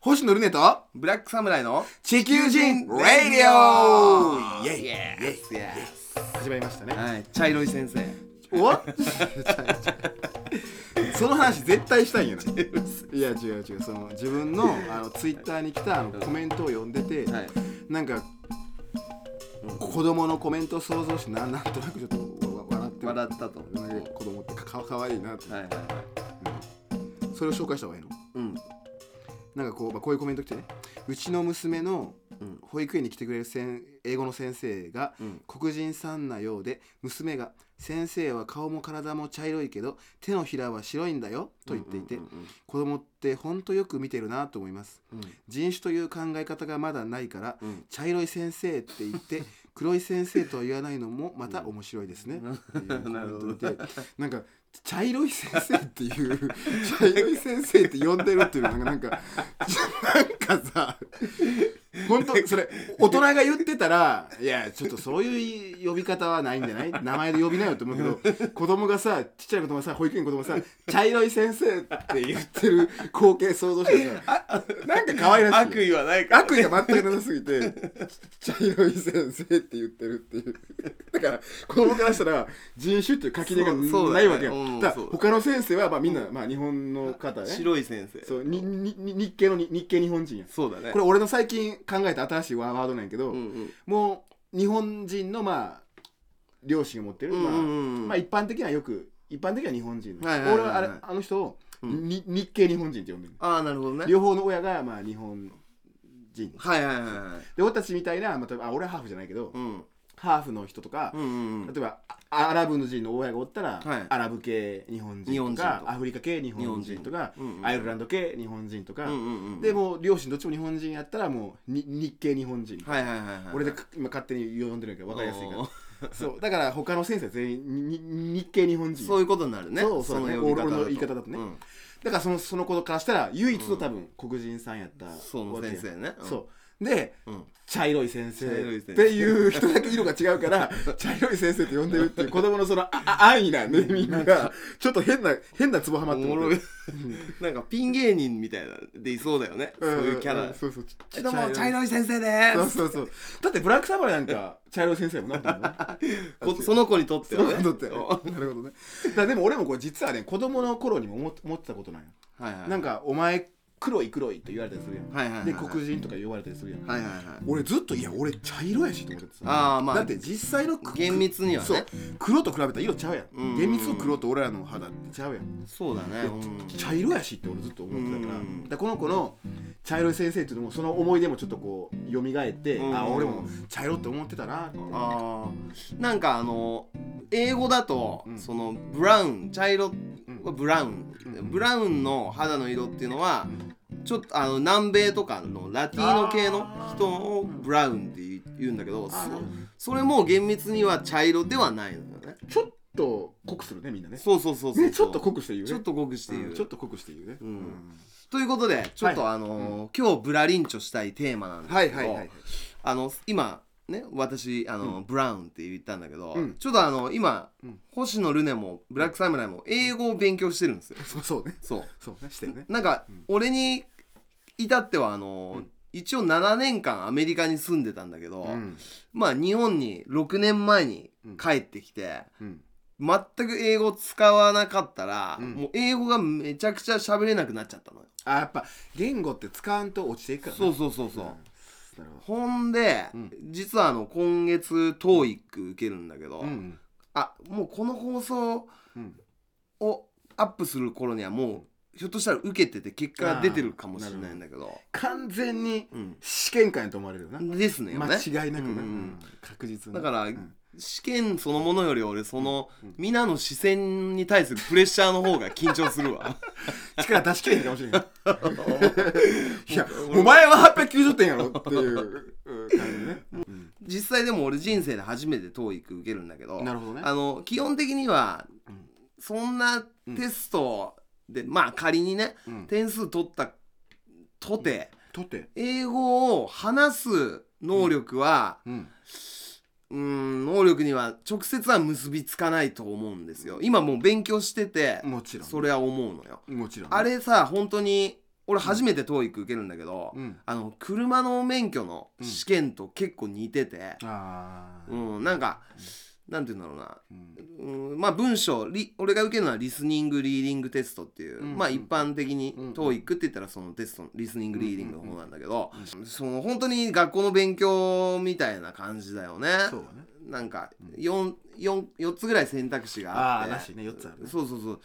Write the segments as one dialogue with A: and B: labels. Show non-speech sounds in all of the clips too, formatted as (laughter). A: 星野ルネと
B: ブラックサムライの
A: 地球人ラディオイェイイェイ
B: イエ
A: 始まりましたね
B: イはい茶色い先生
A: おわその話絶対したいんやないや違う違うその自分のあのツイッターに来たあのコメントを読んでて、
B: はい
A: なんか子供のコメントを想像してななんとなくちょっとわ笑って
B: 笑ったと
A: るなんか子供ってかかわいいなって
B: はいはいはい
A: それを紹介した方がいいの
B: うん
A: なんかこう、まあ、こういうコメント来てねうちの娘の
B: うん
A: 保育園に来てくれるせん英語の先生が
B: うん
A: 黒人さんなようで娘が「先生は顔も体も茶色いけど手のひらは白いんだよ」と言っていて、
B: うんうん
A: 子供ってほんとよく見てるなと思います
B: うん
A: 人種という考え方がまだないから
B: うんうん
A: 茶色い先生って言って黒い先生とは言わないのもまた面白いですね、
B: (laughs)
A: っていう (laughs) コメント見て
B: なる
A: なんか茶色い先生っていう (laughs) 茶色い先生って呼んでるっていうのがなんかなんかさ本当それ大人が言ってたらいやちょっとそういう呼び方はないんじゃない名前で呼びなよと思うけど子供がさちっちゃい子供がさ保育園子供がさ茶色い先生って言ってる光景想像してさなんか可愛らしい
B: 悪意はないから
A: 悪意が全くなさすぎて「ち茶色い先生」って言ってるっていうだから子供からしたら人種っていう垣根が
B: そうそうだ
A: ない
B: よね
A: わけよ
B: うん
A: だか
B: そ
A: ら
B: う
A: 他の先生はまあみんなまあ日本の方ね
B: 白い先生
A: そうににに日系のに日系日本人や
B: そうだね
A: これ俺の最近考えた新しいワードなんやけど
B: うんうん
A: もう日本人のまあ両親を持ってる
B: うん
A: ま
B: う
A: あ
B: んうん
A: まあ一般的にはよく一般的には日本人
B: はいはいはい
A: 俺はあれあの人を
B: うん
A: に日系日本人って呼んでる
B: ああなるほどね
A: 両方の親がまあ日本人
B: はいはいはいはい
A: で俺たちみたいな、まあ、例えばあ俺はハーフじゃないけど、
B: うん
A: ハーフの人とか
B: う、んうん
A: 例えばあアラブの人の親がおったら、
B: はい
A: アラブ系日本
B: 日
A: 人
B: 本
A: と
B: 人
A: か
B: と
A: アフリカ系日本人とか
B: 日本人うんうん
A: アイルランド系日本人とか、
B: うんうんうん
A: でもう両親どっちも日本人やったらもうに日系日本人、
B: はいはいはいはい
A: 俺でか今勝手に呼んでるんやけど分かりやすい
B: お (laughs)
A: からそうだから他の先生は全員にに日系日本人
B: そういうことになるね
A: そうそう
B: の呼び方だと
A: 俺の言い方だとね
B: うん
A: だからそのその子からしたら唯一の多分黒人さんやった
B: その先生ねうん
A: そうで
B: うん
A: 茶色い先生
B: 茶色い
A: っ
B: 先
A: て
B: 生
A: いう人だけ色が違うから
B: (laughs)
A: 茶色い先生って呼んでるっていう子供のそのああ安易なネーミングがちょっと変な変なツボハマ
B: お
A: って
B: も
A: も
B: ろ
A: ら
B: いなんかピン芸人みたいなでいそうだよねそういうキャラ
A: そうそうち
B: ちょっともう茶
A: い
B: 色い先生で
A: そう
B: す
A: そうそうだってブラックサムライなんか茶色い先生もなったもんね
B: こその子にとって
A: そ
B: は
A: う
B: ね
A: いうことってなる
B: お
A: ほどねだからでも俺もこれ実はね子供の頃にも思って思ってたことなんよ
B: はいはい
A: なんかお前黒い黒いって言われたりするやん
B: はいはいはい
A: で黒人とか呼ばれたりするやん
B: はいはいはい
A: 俺ずっといや俺茶色やしと思っててさ
B: あーまあ
A: だって実際のく
B: 厳密にはね
A: そう黒と比べたら色ちゃうやん、
B: うん
A: 厳密の黒と俺らの肌ってちゃうやん、
B: そうだねうん
A: 茶色やしって俺ずっと思ってたから,、
B: うん
A: この子の茶色い先生っていうのもその思い出もちょっとこう蘇って、
B: うん
A: あ俺も茶色って思ってたなって
B: あーなんかあの英語だと、
A: うん
B: そのブラウン茶色はブラウン、
A: うん
B: ブラウンの肌の色っていうのは、ちょっとあの南米とかのラティーノ系の人をブラウンって言う言うんだけどそ
A: あー
B: それも厳密には茶色ではないのよね
A: ちょっと濃くするねみんなね
B: そうそうそうそう、
A: ねちょっと濃くして言うね
B: ちょっと濃くして言う、
A: うんちょっと濃くして言うね、
B: うんということでちょっと
A: は
B: あのー今日ブラリンチョしたいテーマなんですけど、
A: はいはいはい
B: あの今ね私あの、ブラウンって言ったんだけど、
A: うん
B: ちょっとあの今、
A: うん
B: 星野ルネもブラックサムライも英語を勉強してるんですよ
A: そうそうね
B: そう
A: そうねしてるね
B: なんか、俺に至ってはあの、一応7年間アメリカに住んでたんだけど、
A: うん
B: まあ日本に6年前に帰ってきて、
A: うん
B: 全く英語使わなかったら、
A: うん
B: もう英語がめちゃくちゃ喋れなくなっちゃったのよ、
A: あやっぱ言語って使わんと落ちていくから
B: そう
A: そ
B: そうそうそう、
A: なるほ
B: ほんで、
A: うん
B: 実はあの今月 TOEIC 受けるんだけど、
A: どうん
B: あもうこの放送
A: うん
B: をアップする頃にはもうひょっとしたら受けてて結果が出てるかもしれないんだけど
A: 完全に
B: うん
A: 試験官やと思われるよな、
B: ですねよね
A: 間違いなくな、
B: うんうん
A: 確実に
B: だから、
A: うん
B: 試験そのものより俺その、
A: うん
B: 皆の視線に対するプレッシャーの方が緊張するわ
A: 力出し切れへんかもしれない (laughs) いやお前は890点やろっていううん感じね、
B: 実際でも俺人生で初めて TOEIC 受けるんだけど
A: なるほどね
B: あの基本的には
A: うん
B: そんなテストで、まあ仮にね
A: うん、
B: 点数取ったとて、
A: とって、
B: 英語を話す能力は、
A: うん、
B: うーん、能力には直接は結びつかないと思うんですよ今もう勉強してて、
A: もちろん
B: それは思うのよ
A: もちろん
B: あれさ本当に俺初めて TOEIC 受けるんだけど、
A: うん
B: あの車の免許の試験と結構似てて、
A: あ
B: うんなんかなんて言うんだろうな、
A: うん
B: うん、まあ文章リ俺が受けるのはリスニングリーディングテストっていう、
A: うん
B: まあ一般的に
A: うん
B: TOEIC って言ったらそのテストのリスニングリーディングの方なんだけど、その本当に学校の勉強みたいな感じだよね。
A: そうだね
B: なんか 4, 四四つぐらい選択肢があって
A: あーらしいね4つあるね
B: そうそうそう、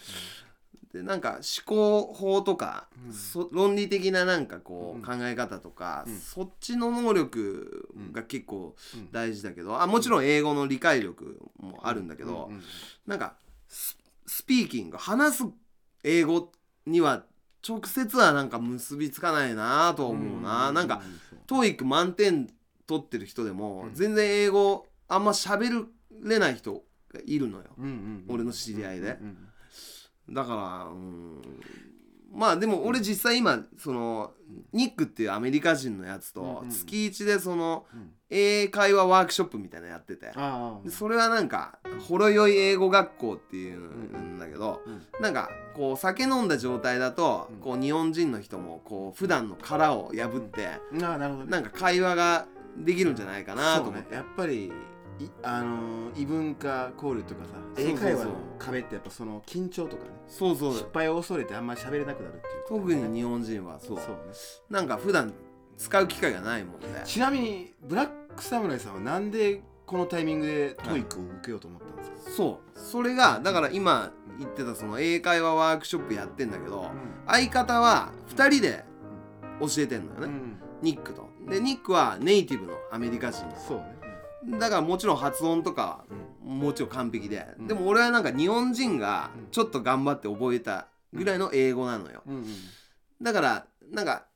B: でなんか思考法とか、そ論理的ななんかこう考え方とか、そっちの能力が結構大事だけど、あもちろん英語の理解力もあるんだけど、
A: うん
B: なんかススピーキング話す英語には直接はなんか結びつかないなと思うな、なんか TOEIC 満点取ってる人でも、全然英語あんま喋れない人がいるのよ
A: うんうん
B: 俺の知り合いで
A: う、ん
B: だからうんまあでも俺実際今そのニックっていうアメリカ人のやつ
A: うん
B: と
A: うん
B: 月1でその
A: うん
B: 英会話ワークショップみたいなのやってて
A: あ
B: で
A: あ
B: それはなんかほろ酔い英語学校っていうんだけど
A: うん
B: なんかこう酒飲んだ状態だと
A: うん
B: こう日本人の人もこう普段の殻を破って
A: ななるほどね
B: なんか会話ができるんじゃないかなと思っ
A: そう
B: て
A: ねやっぱりいあのー異文化交流とかさ
B: そうそうそう
A: 英会話の壁ってやっぱその緊張とかね
B: そうそう
A: 失敗を恐れてあんまり喋れなくなるっていう
B: 特に日本人はそ
A: そう
B: う
A: ね
B: なんか普段使う機会がないもんで
A: ちなみにブラックサムライさんはなんでこのタイミングでトイックを受けようと思ったんですか、
B: そうそれがだから今言ってたその英会話ワークショップやってんだけど相方は2人で教えてんのよね、
A: うん
B: ニックとでニックはネイティブのアメリカ人
A: そうね
B: だからもちろん発音とかはもちろん完璧で、でも俺はなんか日本人がちょっと頑張って覚えたぐらいの英語なのよ、
A: うんうん
B: だからなんか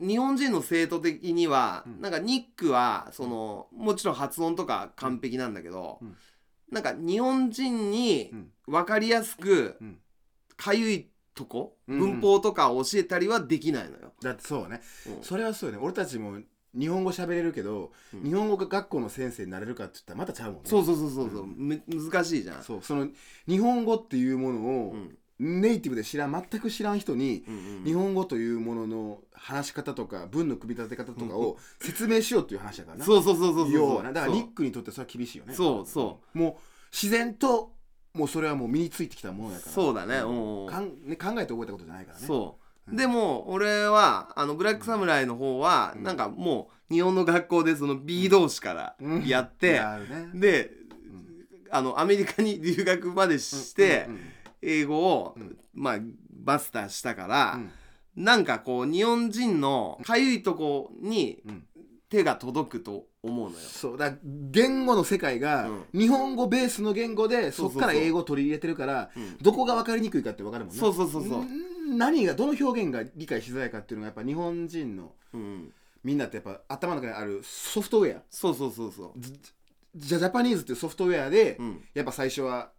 B: 日本人の生徒的には、
A: うん
B: なんかニックはそのもちろん発音とか完璧なんだけど、
A: うん
B: なんか日本人に
A: うん
B: 分かりやすく
A: うん
B: かゆいとこ、
A: うん
B: 文法とかを教えたりはできないのよ。
A: だってそうね
B: うん
A: それはそうよね俺たちも日本語喋れるけど、
B: うん
A: 日本語が学校の先生になれるかって言ったらまたちゃうもんね
B: そうそうそうそうそう、む難しいじゃん。
A: そうその日本語っていうものを
B: うん
A: ネイティブで知らん全く知らん人に
B: うんうん
A: 日本語というものの話し方とか文の組み立て方とかを説明しようっていう話だからな。
B: そうそうそうそうそう
A: 要はなだから
B: そう
A: ニックにとってそれは厳しいよね。
B: そうそ
A: もう自然ともうそれはもう身についてきたものだ
B: う
A: から。
B: そうだね。うんうんうん
A: かんね、考えて覚えたことじゃないからね。
B: そう、
A: うん
B: でも俺はあのブラックサムライの方は、
A: うん
B: なんかもう日本の学校でその B 同士から
A: うん
B: やって、
A: やるね。
B: で、
A: ん
B: あのアメリカに留学までして、
A: うんうん
B: 英語を、
A: うん
B: まあバスターしたから
A: う、ん
B: なんかこう日本人のかゆいとこに
A: うん
B: 手が届くと思うのよ。
A: そうだから言語の世界が
B: うん
A: 日本語ベースの言語でそっから英語を取り入れてるから
B: うん
A: どこが分かりにくいかって分かるもんね。
B: そうそうそうそうん
A: 何がどの表現が理解しづらいかっていうのがやっぱ日本人の
B: うん、
A: みんなってやっぱ頭の中にあるソフトウェア
B: そうそうそうそう。
A: ジャジャパニーズっていうソフトウェアで、
B: うん
A: やっぱ最初は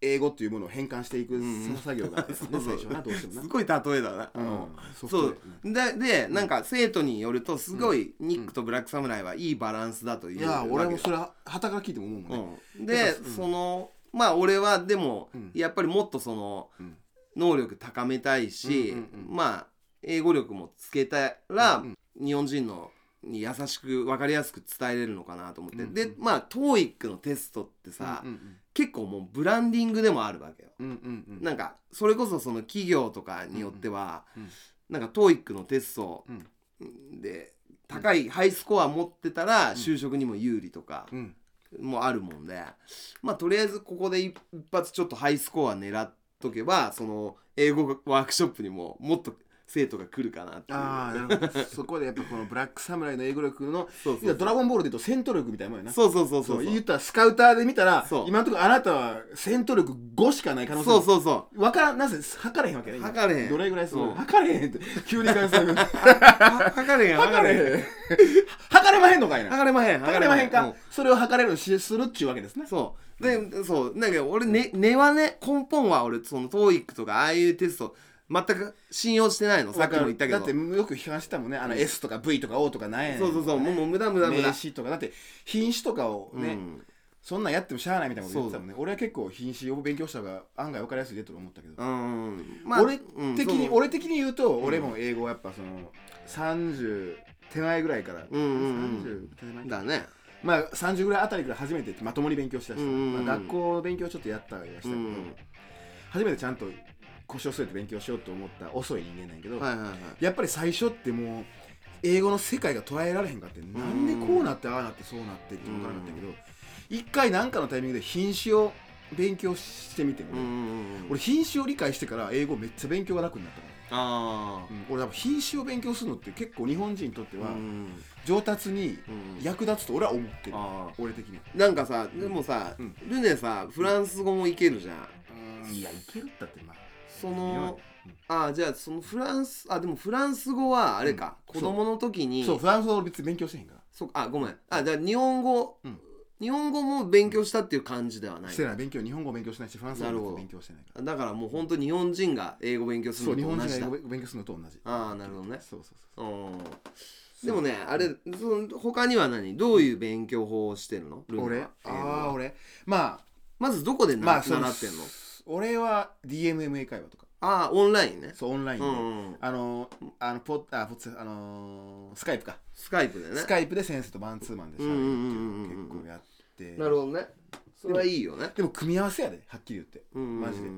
A: 英語っていうものを変換していく
B: ん
A: (laughs) その作業があるよね、
B: そうそう
A: 最初はなどうしてもな
B: すごい例えだな。
A: うんソフトウ
B: そ
A: ェア
B: うででなんか生徒によるとすごいニックとブラックサムライはいいバランスだという
A: いや俺もそ
B: れ、
A: れは旗から聞いても思うもんね、
B: うん、で、そのまあ俺はでも、
A: うん
B: やっぱりもっとその
A: うん
B: 能力高めたいし、
A: うんうんうん
B: まあ英語力もつけたら、
A: うん
B: 日本人のに優しく分かりやすく伝えれるのかなと思って、
A: うんうん
B: でまあ TOEIC のテストってさ、
A: うん
B: 結構もうブランディングでもあるわけよ。
A: うんうんうん
B: なんかそれこそその企業とかによっては、
A: うんうん
B: なんか TOEIC のテスト
A: うん
B: で高いハイスコア持ってたら就職にも有利とか
A: うん
B: もあるもんで、まあとりあえずここで一発ちょっとハイスコア狙っとけばその英語ワークショップにももっと生徒が来るかなっていう
A: ああなるほどそこでやっぱこのブラックサムライの英語力の
B: そう
A: い
B: そ
A: や
B: う
A: ドラゴンボールで言うと戦闘力みたいなもんやな
B: そうそうそうそうそう
A: 言ったらスカウターで見たら
B: そう
A: 今のところあなたは戦闘力5しかない可能性
B: そうそうそう
A: わからんなぜ測れへんわけね今
B: 測れへん
A: どれぐらいすごい
B: そう
A: 測れへんって急に感想が
B: は測れへん
A: 測れへん測れまへんのかいな
B: 測れまへん
A: 測れまへん
B: う
A: かそれを測れるようにしするっちゅうわけですね
B: そうでそうだけど俺ね根はね根本は俺その TOEIC とかああいうテスト全く信用してないのさっきも言ったけど
A: だってよく批判してたもんねあの S とか V とか O とかなんやねん
B: そうそうそうもうもう無駄無駄無
A: 名
B: 駄
A: 詞とかだって品詞とかをね
B: うん
A: そんなんやってもしゃあないみたいなこと言ってたもんね俺は結構品詞を勉強した方が案外分かりやすいでと思ったけど、
B: うん
A: 俺的に、
B: うん
A: 俺的に言うと、
B: ん
A: 俺も英語はやっぱその30手前ぐらいから、
B: うんうんうん
A: 30手前
B: だね
A: まあ30ぐらいあたりから初めてまともに勉強したし、
B: うんうんうん
A: まあ、学校の勉強ちょっとやったりはしたけど、
B: うん
A: 初めてちゃんと腰を据えて勉強しようと思った遅い人間なんやけど、
B: はいはいはい
A: やっぱり最初ってもう英語の世界が捉えられへんかって、なんでこうなってああなってそうなってって分からなかったけど、一回何かのタイミングで品種を勉強してみて、
B: うんうんうん
A: 俺品種を理解してから英語めっちゃ勉強が楽になったから。
B: あ
A: うん俺多分品種を勉強するのって結構日本人にとって
B: あ
A: は
B: うん
A: 上達に
B: うん
A: 役立つと俺は思ってる、
B: あ
A: 俺的には
B: ーなんかさでもさ、
A: うん
B: ルネさフランス語もいけるじゃん、
A: いやいけるったってまあ
B: そのあーじゃあそのフランスあでもフランス語はあれか、
A: うん
B: 子供の時に
A: そうフランス語は俺別に勉強してへんから
B: そうあごめんあじゃあ日本語、
A: うん
B: 日本語も勉強したっていう感じではない
A: してない勉強日本語勉強しないしフランス語も別に勉強してないから
B: だからもう本当日本人が英語勉強す
A: そう
B: る
A: 日
B: のと
A: 本
B: 同
A: 人が
B: じ
A: 英
B: だ
A: 語勉強するのと同じ
B: ああなるほどね
A: そうそうそう
B: うんでもねあれその他には何どういう勉強法をしてるのルーナは
A: 俺あ
B: 英語は
A: あ俺まあ
B: まずどこでな、
A: まあそ
B: 習ってんの
A: 俺は DMMA 会話とか
B: ああオンラインね
A: そうオンライン
B: う
A: で、
B: んうん
A: あのあのポッあポッあのースカイプか、
B: スカイプでね
A: スカイプで先生とマンツーマンでしゃべるっていうのを結構やって、
B: なるほどねそれはいいよね
A: でも組み合わせやではっきり言って
B: マ
A: マジで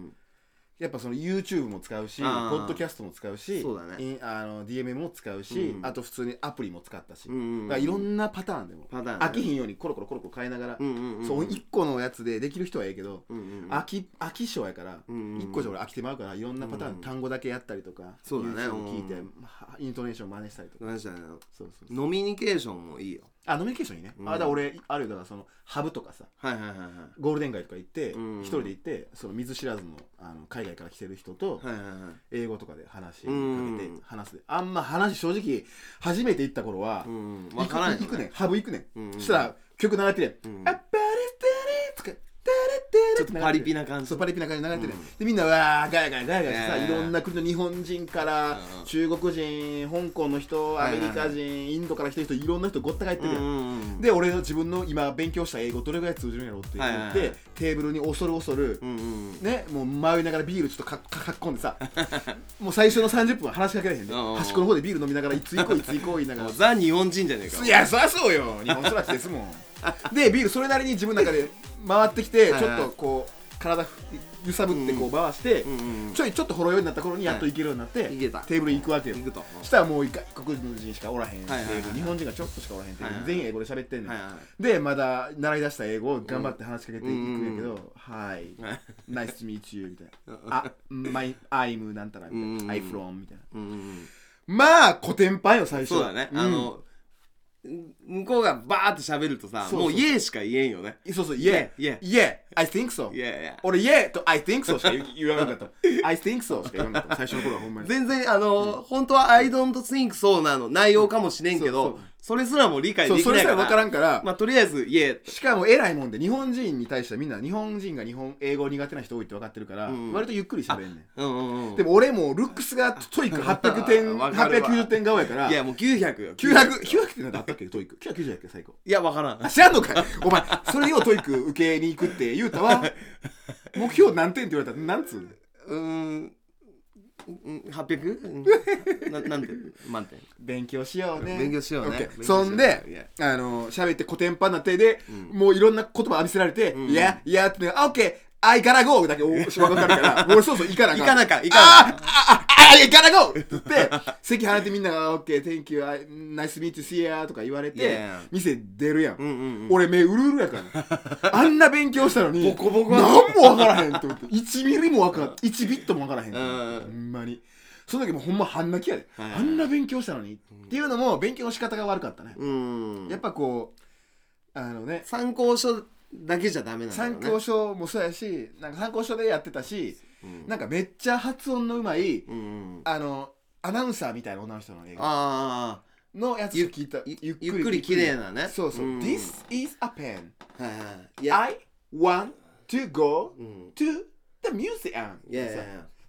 A: やっぱその YouTube も使うしポ
B: あー
A: ッドキャストも使うし
B: そうだね
A: インあの DMM も使うし、
B: うん
A: あと普通にアプリも使ったし、だから
B: で
A: いろんなパターンでも、
B: パターンね
A: 飽きひんようにコロコロコロコロ変えながら、
B: うんうんうん
A: そう1個のやつでできる人はええけど、
B: うんうんうん
A: 飽き飽き性やから、
B: うんうんうん
A: 一1個じゃ俺飽きてまうからいろんなパターン、
B: うん
A: 単語だけやったりとか
B: そうだね
A: YouTube 聞いて、
B: うん
A: まあイントネーション真似したりとか、
B: マジだね
A: そうそうそう
B: ノミニケーションもいいよ
A: あノミニケーションいいね、
B: うん
A: あだから俺あるよだからそのハブとかさ
B: はいはいはいはい
A: ゴールデン街とか行って一、
B: うん
A: 人で行ってその水知らずのあの海外から来てる人と、
B: はいはいはい
A: 英語とかで話しか
B: うん
A: けて話すであんま話正直初めて行った頃は
B: う、ん
A: 行
B: 分
A: く
B: からんよ
A: 行 (laughs) くねんハブ行くねん、
B: うん
A: そしたら曲流れてるやん
B: う
A: 「
B: ん
A: あっパレステレ」とか「テ
B: ち
A: レ
B: ょ
A: テ
B: っと
A: レ」
B: パリピ
A: な
B: な感じ
A: そうパリピな感じで流れてるやん、
B: うん
A: でみんなわーガヤガヤガヤガヤしてさ、
B: ねえ
A: いろんな国の日本人から、
B: うん
A: 中国人香港の人アメリ
B: はい
A: カ
B: は
A: 人、インドから来てる人いろんな人ごった返ってるやん、
B: で
A: で俺の自分の今勉強した英語どれぐらい通じるんやろうって言って、
B: はいはいはい
A: テーブルに恐る恐る、
B: うんうん
A: ね、もう迷いながらビールちょっとかかかっこんでさもう最初の30分は話しかけられへんで
B: うんうんうん
A: 端っこの方でビール飲みながらいつ行こういつ行こう言いなが
B: も
A: ら
B: うザ日本人じゃねえか
A: いやそりゃそうよ日本育ちですもんでビールそれなりに自分の中で回ってきて
B: はい
A: ち
B: は
A: ょっ
B: い
A: とこう体揺さぶってこう回して、
B: うんうん
A: ちょいちょっとほろ酔いになった頃にやっと行けるようになって、
B: い行けた
A: テーブルに行くわけよ
B: 行くと
A: したらもう外国人しかおらへん、
B: はいはいはい
A: で日本人がちょっとしかおらへんって、
B: はいはい
A: 全員英語で喋ってんねん、
B: はいは
A: でまだ習い出した英語を頑張って話しかけていくんやけど「
B: う (laughs)
A: はい
B: いはい」
A: 「Nice to meet you」みたいな「あ my I'm なんたら」みたいな「
B: うん
A: I from」みたいな
B: うんうん
A: まあ古典版よ最初
B: そうだね
A: ん
B: あの向こうがバーって喋るとさ
A: そうそう
B: もう「イエー」しか言えんよね
A: そうそう「Yeah
B: Yeah
A: yeah I think so
B: いやいや
A: 俺「Yeah」と「I think so」しか言 (laughs) 言わなかった I think so しか言わなかった最初の頃はほんまに
B: 全然あの、本当は「I don't think so」なの内容かもしれんけ
A: そう
B: ど
A: そう
B: それすらも理解
A: そう
B: でき
A: そ
B: な
A: れ
B: い
A: す
B: から
A: 分からんから
B: まあとりあえず「イエー」
A: しかも偉いもんで日本人に対してはみんな日本人が日本英語苦手な人多いって分かってるから
B: うん
A: 割とゆっくり喋んねん
B: うんうんうん
A: でも俺もうルックスがトイッ
B: (laughs)
A: ク800点
B: わかるわ
A: 890点顔やから
B: いやもう900よ
A: 900 900点なんてあったっけトイック990やっけ最高
B: いやわからん
A: あ知らんのかいお前それをトイック受けに行くって言うた
B: (laughs)
A: わ目標何点って言われたらなんつうの
B: うーんうん 800? うんななんて満点
A: 勉強しようね
B: 勉強しようね
A: OK
B: 勉強しよう
A: そんであの喋って古典版な手で、もういろんな言葉浴びせられて「
B: ん
A: いやいや」ってね「OK I gotta go」だけおしわかる
B: (laughs)
A: からもう俺そうそう行かなあ
B: 行かなか行
A: あ
B: かな
A: ー
B: か
A: あああー I gotta go! って言
B: (laughs)
A: って、席離れてみんなが、OK, thank you, I- nice to meet you, see ya とか言われて
B: Yeah.、
A: 店出るや
B: うん
A: ん。
B: うんうん
A: 俺目うるうるや
B: (laughs)
A: から。あんな勉強したのに、
B: ボコボコ
A: 何もわからへんと思って。1ミリもわからん、1ビットもわからへんと思って。
B: う
A: ほんまに。その時もうほんま半泣きやで。
B: はい
A: あんな勉強したのに。っていうのも、勉強の仕方が悪かったね。
B: うん
A: やっぱこう、あのね、
B: 参考書だけじゃダメなんだよ
A: 参
B: ね
A: 考書もそうやし、なんか参考書でやってたし、
B: うん
A: なんかめっちゃ発音のうまい、
B: うんうん
A: あのアナウンサーみたいな女の人の映画
B: ああ
A: のやつ
B: ゆ
A: 聞いた
B: ゆゆっくり綺麗なね
A: そうそう、
B: うん
A: This is a pen
B: はいはいいや
A: I want to go
B: うん
A: to the museum
B: いやいやいや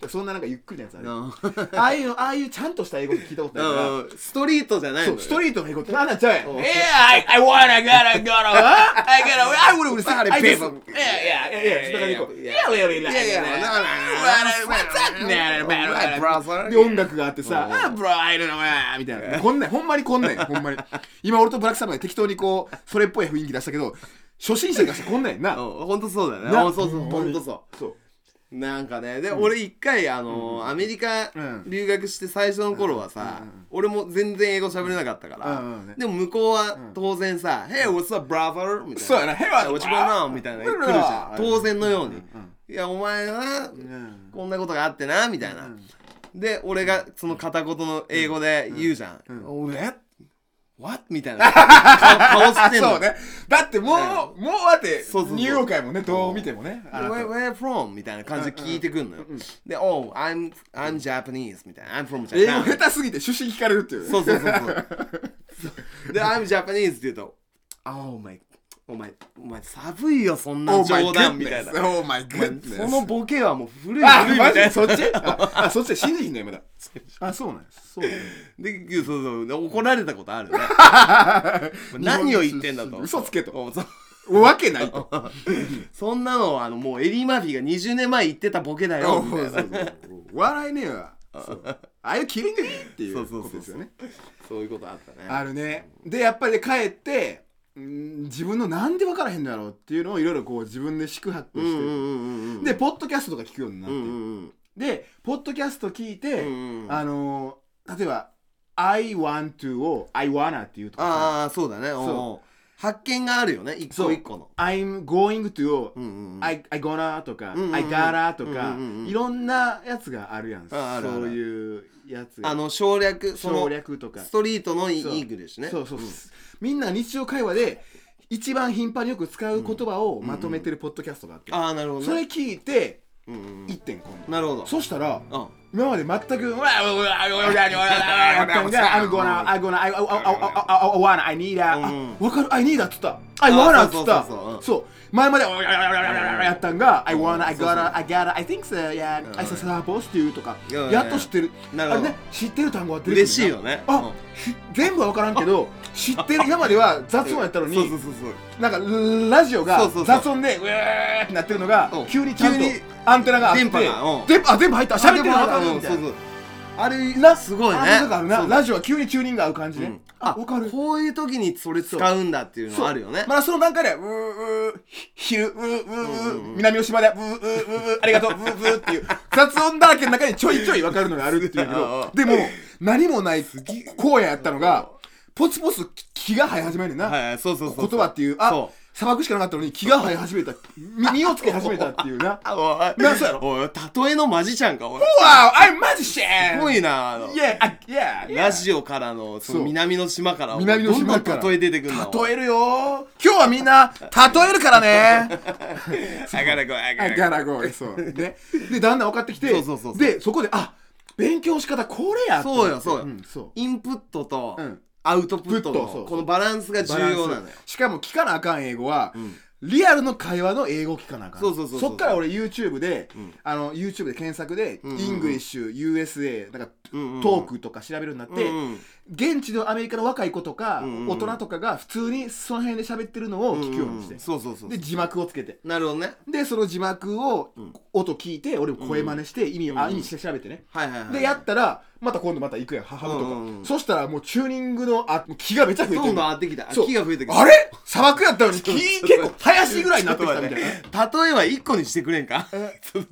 A: そんななんかゆっくりなやつある
B: うん
A: ああいうのああいうちゃんとした英語って聞いたことないから、
B: うんストリートじゃない
A: そ
B: の
A: う
B: よ
A: ストリートの英語ってなんなんちゃうやん
B: Yeah,
C: I, I wanna, gotta, gotta, huh? I gotta, I would,
B: 俺俺さあれ
A: I
B: ペ
A: just-
B: ーパー
C: yeah, yeah, yeah, yeah, yeah, yeah, yeah, really like that. What's that matter, matter, matter?
A: で音楽があってさ「
B: うん
A: あーブローイドのわ」みたいなこんなんほんまにこんなんやほんまに今俺とブラックサムで適当にこうそれっぽい雰囲気出したけど初心者がしてこんなんやんな
B: 本当そうだよね
A: な
B: うんそうそう
A: ほんま
B: 本
A: に
B: 当そ
A: そう
B: うなんかねで俺一回あのアメリカ
A: うん
B: 留学して最初の頃はさ
A: うんうん
B: 俺も全然英語喋れなかったから
A: うんうんね
B: でも向こうは当然さ「Hey what's up brother」みたいな
A: そうやな Hey, what's up,
B: what's going on?」みたいな来るじゃん当然のように「いやお前は
A: うん
B: こんなことがあってな」みたいなで俺がその片言の英語で言うじゃん「俺 What?」みたいな顔顔してんの
A: (laughs) そうねだってもうもうだって
B: そうそうそう
A: ニューヨークやもんねどう見てもねあなた
B: Where, where from? みたいな感じで聞いてくんのよ。で、Oh, I'm, I'm Japanese みたいな。I'm from
A: 英語
B: Japan.
A: 下手すぎて出身聞かれるっていうね
B: そうそうそう
A: (laughs)
B: そう。で、I'm Japanese って言うと、Oh, お前、お前、お前寒いよ、そんな
A: Oh my
B: 冗談みたい
A: goodness
B: な。
A: Oh (laughs) my
B: お前
A: goodness
B: そのボケはもう古い
A: あ
B: 古いみ
A: マジ
B: た
A: で
B: い
A: そ
B: な。
A: っちああそっちで新人だよまだあそうなんやそうなんや
B: で、そうそうで、怒られたことあ
A: (laughs)
B: るね。何を言ってんだと。
A: 嘘つけと
B: おそう
A: わけないと
B: そんなのは、あの、もうエリー・マフィーが20年前言ってたボケだよ。みたいな
A: 笑えねえわそうああいうキリングっていう
B: そうそう
A: こ
B: そう
A: とですよね
B: そういうことあったね。
A: あるねでやっぱり帰ってうん自分のなんで分からへんのやろうっていうのをいろいろこう自分で宿泊
B: うんうん
A: し
B: うんうんうん。
A: てでポッドキャストとか聞くようになっ
B: うんうん
A: て
B: うん。
A: でポッドキャスト聞い
B: うん
A: て
B: うん
A: あのー例えば「I want to」を「I wanna」っていうとかさ
B: ああそうだね
A: そ
B: そう発見があるよね一個一個の
A: 「I'm going to」を「
B: うんうんうん
A: I, I gonna とか、
B: うんうんうん
A: I gotta とか、
B: うんうんうん
A: いろんなやつがあるやん
B: ああるある
A: そういうやつ
B: あの省略そ
A: 省
B: の
A: 略とか
B: ストリートのイ
A: そう
B: ーグルしね
A: そうそう、みんな日常会話で一番頻繁によく使う言葉をまとめてるポッドキャストがあって、
B: ああなるほ
A: そ
B: ど
A: れ
B: ね
A: 聞いて
B: うんうん
A: 1点今度
B: なるほど
A: そしたら
B: うん
A: 今まで全く「うわ I'm
C: I'm
A: gonna,
C: gonna,
A: I'm gonna, I, I, I, I, I, I wanna, I need that あわかる I need that っつった I
B: あ
A: wanna っつっ
B: そうそうそうそうう
A: た
B: ん
A: そう前までやったんが I wanna, I
B: そうそう
A: gotta, I gotta, I think so, yeah, I suppose っていうとか
B: いやいやいや
A: やっと知ってる
B: なるほど
A: あれね知ってる単語が出てくる
B: 嬉しいよね
A: あひ全部は分からんけど知ってる今までは雑音やったの
B: うんそうそ
A: に
B: うそうそう
A: なんかラジオ
B: そ
A: が
B: うそうそう
A: 雑音でうえーってなってるのが
B: うん
A: 急にちゃんと
B: 急に
A: アンテナがあって
B: 電波がうん
A: 電波あ全部入った喋ってるの分かる
B: う
A: み
B: ん
A: た
B: そ
A: いうな
B: そうあれ
A: な
B: すごいね
A: あなんかある
B: そ
A: な
B: う
A: ラジオは急にチューニングが合う感じ
B: う
A: ね
B: ん
A: あ分かる
B: こういう時にそれ使うんだっていうのあるよね
A: まだその段階でうーうーひ昼うーうーうー南の島でうーうーうーうーありがとううーうーっていう雑音だらけの中にちょいちょい分かるのがあるっていうけ
B: あ
A: ど
B: あ
A: でも何もない荒野やったのがポツポツ気が生え始めるねんな
B: はいはいそうそうそう
A: 言葉っていうあ
B: そう
A: 砂漠しかなかったのに気が生え始めた
B: (laughs)
A: 身をつけ始めたっていうな
B: あおい
A: なんそうやろ
B: おい例えのマジちゃんかおい
A: Wow I'm magician
B: すごいなあの
A: Yeah I- yeah, yeah
B: ラジオからの
A: そ
B: そ
A: う
B: の南の島からどんど
A: 南の島
B: ん
A: から
B: 例え出てくるの
A: 例えるよ今日はみんな例えるからね (laughs)
B: I gotta go, I
A: あ
B: gotta
A: ガラゴーそうねでだんだん分かってきて
B: そうそうそうそう
A: でそこであ勉強の仕方これやと思って
B: そうよそうよ
A: んそう
B: go インプットと
A: うん
B: アウトプット
A: プットそう
B: のこのバランスが重要
A: バ
B: な
A: ラン
B: のよ
A: スしかも聞かなあかん英語は、リアルの会話の英語を聞かなあかん
B: そうそうそうそう
A: っから俺 YouTube で、あの YouTube で検索で、
B: んうん
A: イングリッシュ USA なんか、
B: んうん
A: トークとか調べるようになって、
B: うんうん
A: 現地のアメリカの若い子とか、
B: んうん
A: 大人とかが普通にその辺で喋ってるのを聞くようにして、
B: んそうそうそう
A: で字幕をつけて
B: なるほどね
A: でその字幕を音聞いて俺も声真似して意味,、あ意味して調べてね、
B: はいはいはい
A: でやったらまた今度また行くやん母とか、
B: うんうんうん
A: そしたらもうチューニングのあ気がめちゃ増えてる
B: どんどん合ってきたあ
A: そう
B: 木が増えてきた
A: あれ砂漠やったのに木
B: ちょっと
A: 結構林ぐらいになってきたみたいな
B: 例えは一個にしてくれんか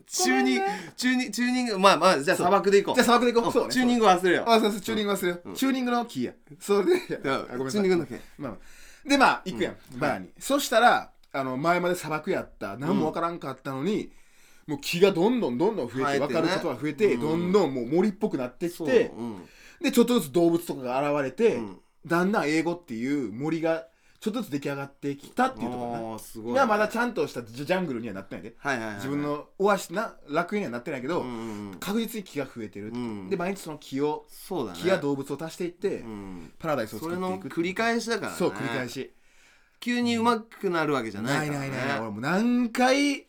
B: 中に中に中にまあまあじゃあ砂漠でいこう
A: じゃあ砂漠で行こうそうね
B: チューニング忘れよう
A: あそうそうチューニング忘れよ、うチューニングの木やそれで
B: うん
A: あごめんな
B: チ
A: さ
B: ュー
A: い
B: ニングだけ
A: まあまあでまあ行くやん、バーにそしたらあの前まで砂漠やった何もわからんかったのに、もう木がどんどんどんどん増え
B: 生
A: て
B: えてね
A: 分かることが増えて、どんどんもう森っぽくなってき
B: そう
A: て、
B: うん
A: でちょっとずつ動物とかが現れて、
B: うん
A: だんだん英語っていう森がちょっとずつ出来上がってきたっていうところ
B: あーすご
A: ないいやまだちゃんとしたジャジャングルにはなってないで、
B: はいはいはい
A: 自分のオアシスな楽園にはなってないけど、
B: うんうんうん
A: 確実に木が増えてるって、
B: うん
A: で毎日その木を
B: そうだね
A: 木や動物を足していって、
B: うん
A: パラダイスを
B: そ
A: 作っ
B: れ
A: て
B: の
A: いくっていう
B: 繰り返しだからね
A: そう繰り返し
B: 急に上手くなるわけじゃ
A: な
B: ないいから
A: ない
B: ね
A: ないない俺もう何回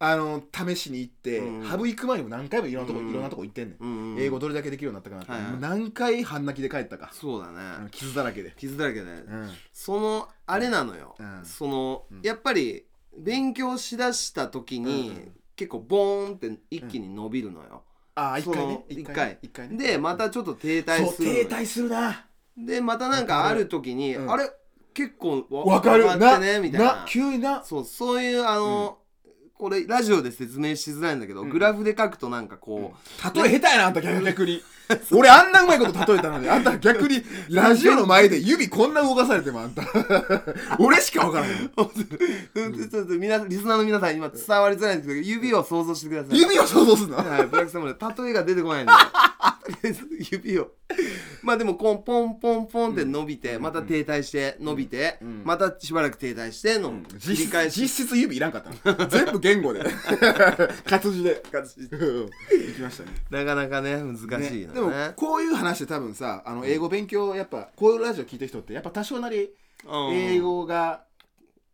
A: あの試しに行って、
B: うん
A: ハブ行く前にも何回もいろんなとこ、
B: うん
A: いろんなとこ行ってんねん、
B: うん
A: 英語どれだけできるようになったかなって、
B: はいはい
A: もう何回半泣きで帰ったか、
B: そうだ
A: あの
B: ね
A: 傷だらけで、
B: 傷だらけで、
A: うん
B: そのあれなのよ、
A: うん
B: その、
A: うん
B: やっぱり勉強しだした時に、
A: うん
B: 結構ボーンって一気に伸びるのよ、
A: ああ一回
B: そ
A: ね
B: の
A: 一
B: 一回
A: 一回ね
B: でまたちょっと停滞
A: そう
B: するのよ
A: 停滞するな
B: でまたなんかある時に、
A: うん
B: あれ結構わ
A: わかる
B: 上が
A: な
B: ってねみたい
A: な
B: な
A: 急にな
B: そうそういうあの、これラジオで説明しづらいんだけど、
A: うん
B: グラフで書くとなんかこう、
A: 例え下手やなあんた逆
B: (laughs)
A: に俺あんなうまいこと例えたのにあんた逆にラジオの前で指こんな動かされてもあん
B: (laughs)
A: た俺しかわからない
B: うんちょっと皆さんリスナーの皆さん今伝わりづらいんですけど指を想像してください
A: 指を想像すんの
B: はい、ブラックサムで例えが出てこないんでとりあえず (laughs) 指をまあでもこうポンポンポンって伸びて、また停滞して伸びて、
A: うん
B: またしばらく停滞しての、繰り
A: 実
B: 返
A: 質
B: し
A: 実質指いらんかったの全部言語 (laughs) で活字で活字いきましたね
B: (laughs) なかなかね難しいのね
A: ねでもこういう話で多分さあの英語勉強やっぱこういうラジオ聞いてる人ってやっぱ多少なり
B: うん
A: 英語が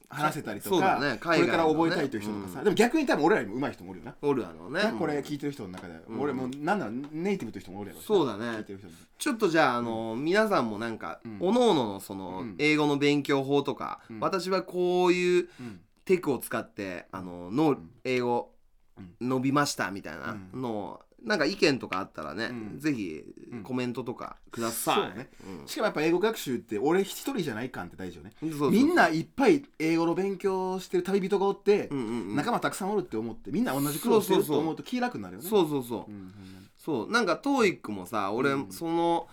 A: 話せたりと
B: そうだ
A: か、
B: ね
A: これから覚えたいという人とかさ、
B: 海外のねうん
A: でも逆に多分俺らにも上手い人もおるよな、
B: おるあのね
A: なこれ聞いてる人の中で、
B: うん
A: 俺もうなんならネイティブという人もおるやろしな
B: そうだね
A: 聞いてる人も
B: ちょっとじゃあ、あの皆さんもなんか、
A: うん
B: おのおののその、
A: うん
B: 英語の勉強法とか、
A: うん
B: 私はこういう
A: うん
B: テクを使ってあのの
A: ん
B: 英語
A: うん
B: 伸びましたみたいなのを、なんか意見とかあったらね、
A: うん
B: ぜひ
A: うん
B: コメントとかください、
A: そうねしかもやっぱ英語学習って俺一人じゃない感って大事よね
B: うんそうそう
A: みんないっぱい英語の勉強してる旅人がおって、
B: うんうんうん
A: 仲間たくさんおるって思ってみんな同じ苦労してる
B: そうそうそう
A: と思うと気楽になるよね、
B: そううそうそう、
A: んほんまに
B: そうなんか TOEIC もさ俺、
A: うん
B: その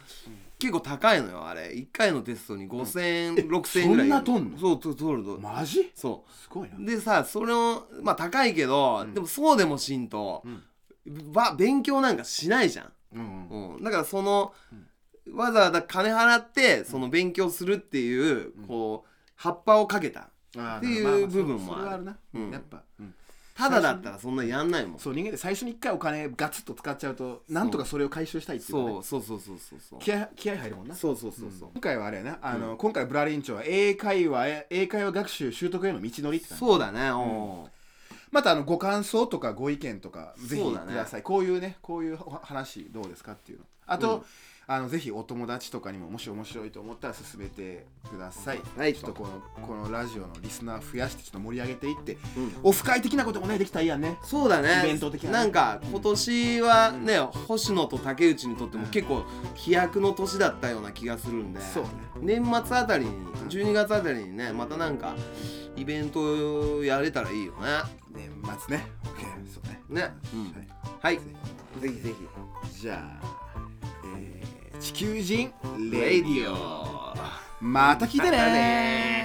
B: 結構高いのよあれ1回のテストに5000円、
A: え
B: 6000円ぐら
A: そ
B: い
A: んな取んの
B: そうと取ると、
A: マジ
B: そう
A: すごいな
B: でさそれをまあ高いけど、
A: うん
B: でもそうでもしんと
A: う、ん
B: ば勉強なんかしないじゃん、
A: うんうん
B: うん、だからその、わざわざ金払ってその勉強するっていう、
A: うん
B: こう葉っぱをかけた
A: あー
B: っていう
A: まあまあ
B: 部分もあ
A: そ
B: る
A: れはあるな、
B: うん
A: やっぱ、うん
B: ただだったらそんなやんないもんそう
A: そう人間って最初に一回お金ガツッと使っちゃうとなんとかそれを回収したいっていうかね
B: そうそうそうそうそうそう
A: 気合気合入るもんな
B: そうそうそうそう
A: 今回はあれやなあの、今回ブラリンチョは英会話へ英会話学習習得への道のりって感じ
B: そうだねおー
A: またあのご感想とかご意見とかぜひ
B: そう
A: く
B: だね
A: ださいこういうねこういうお話どうですかっていうのあと、
B: うん
A: あのぜひお友達とかにももし面白いと思ったら進めてください、
B: はい
A: ちょっとこのこのラジオのリスナー増やしてちょっと盛り上げていって、
B: うん
A: オフ会的なこともねできたらいいやんね
B: そうだね
A: イベント的なね
B: なんか今年はね、星野と竹内にとっても結構飛躍の年だったような気がするんで
A: そうね
B: 年末あたりに12月あたりにねまたなんかイベントやれたらいいよ
A: 年末ね OK そうね、
B: ねね、うん
A: はい
B: はいぜひぜ
A: じゃあ、えー地球人
B: ひ
A: レディオ
B: オ
A: また聞いてね
B: またね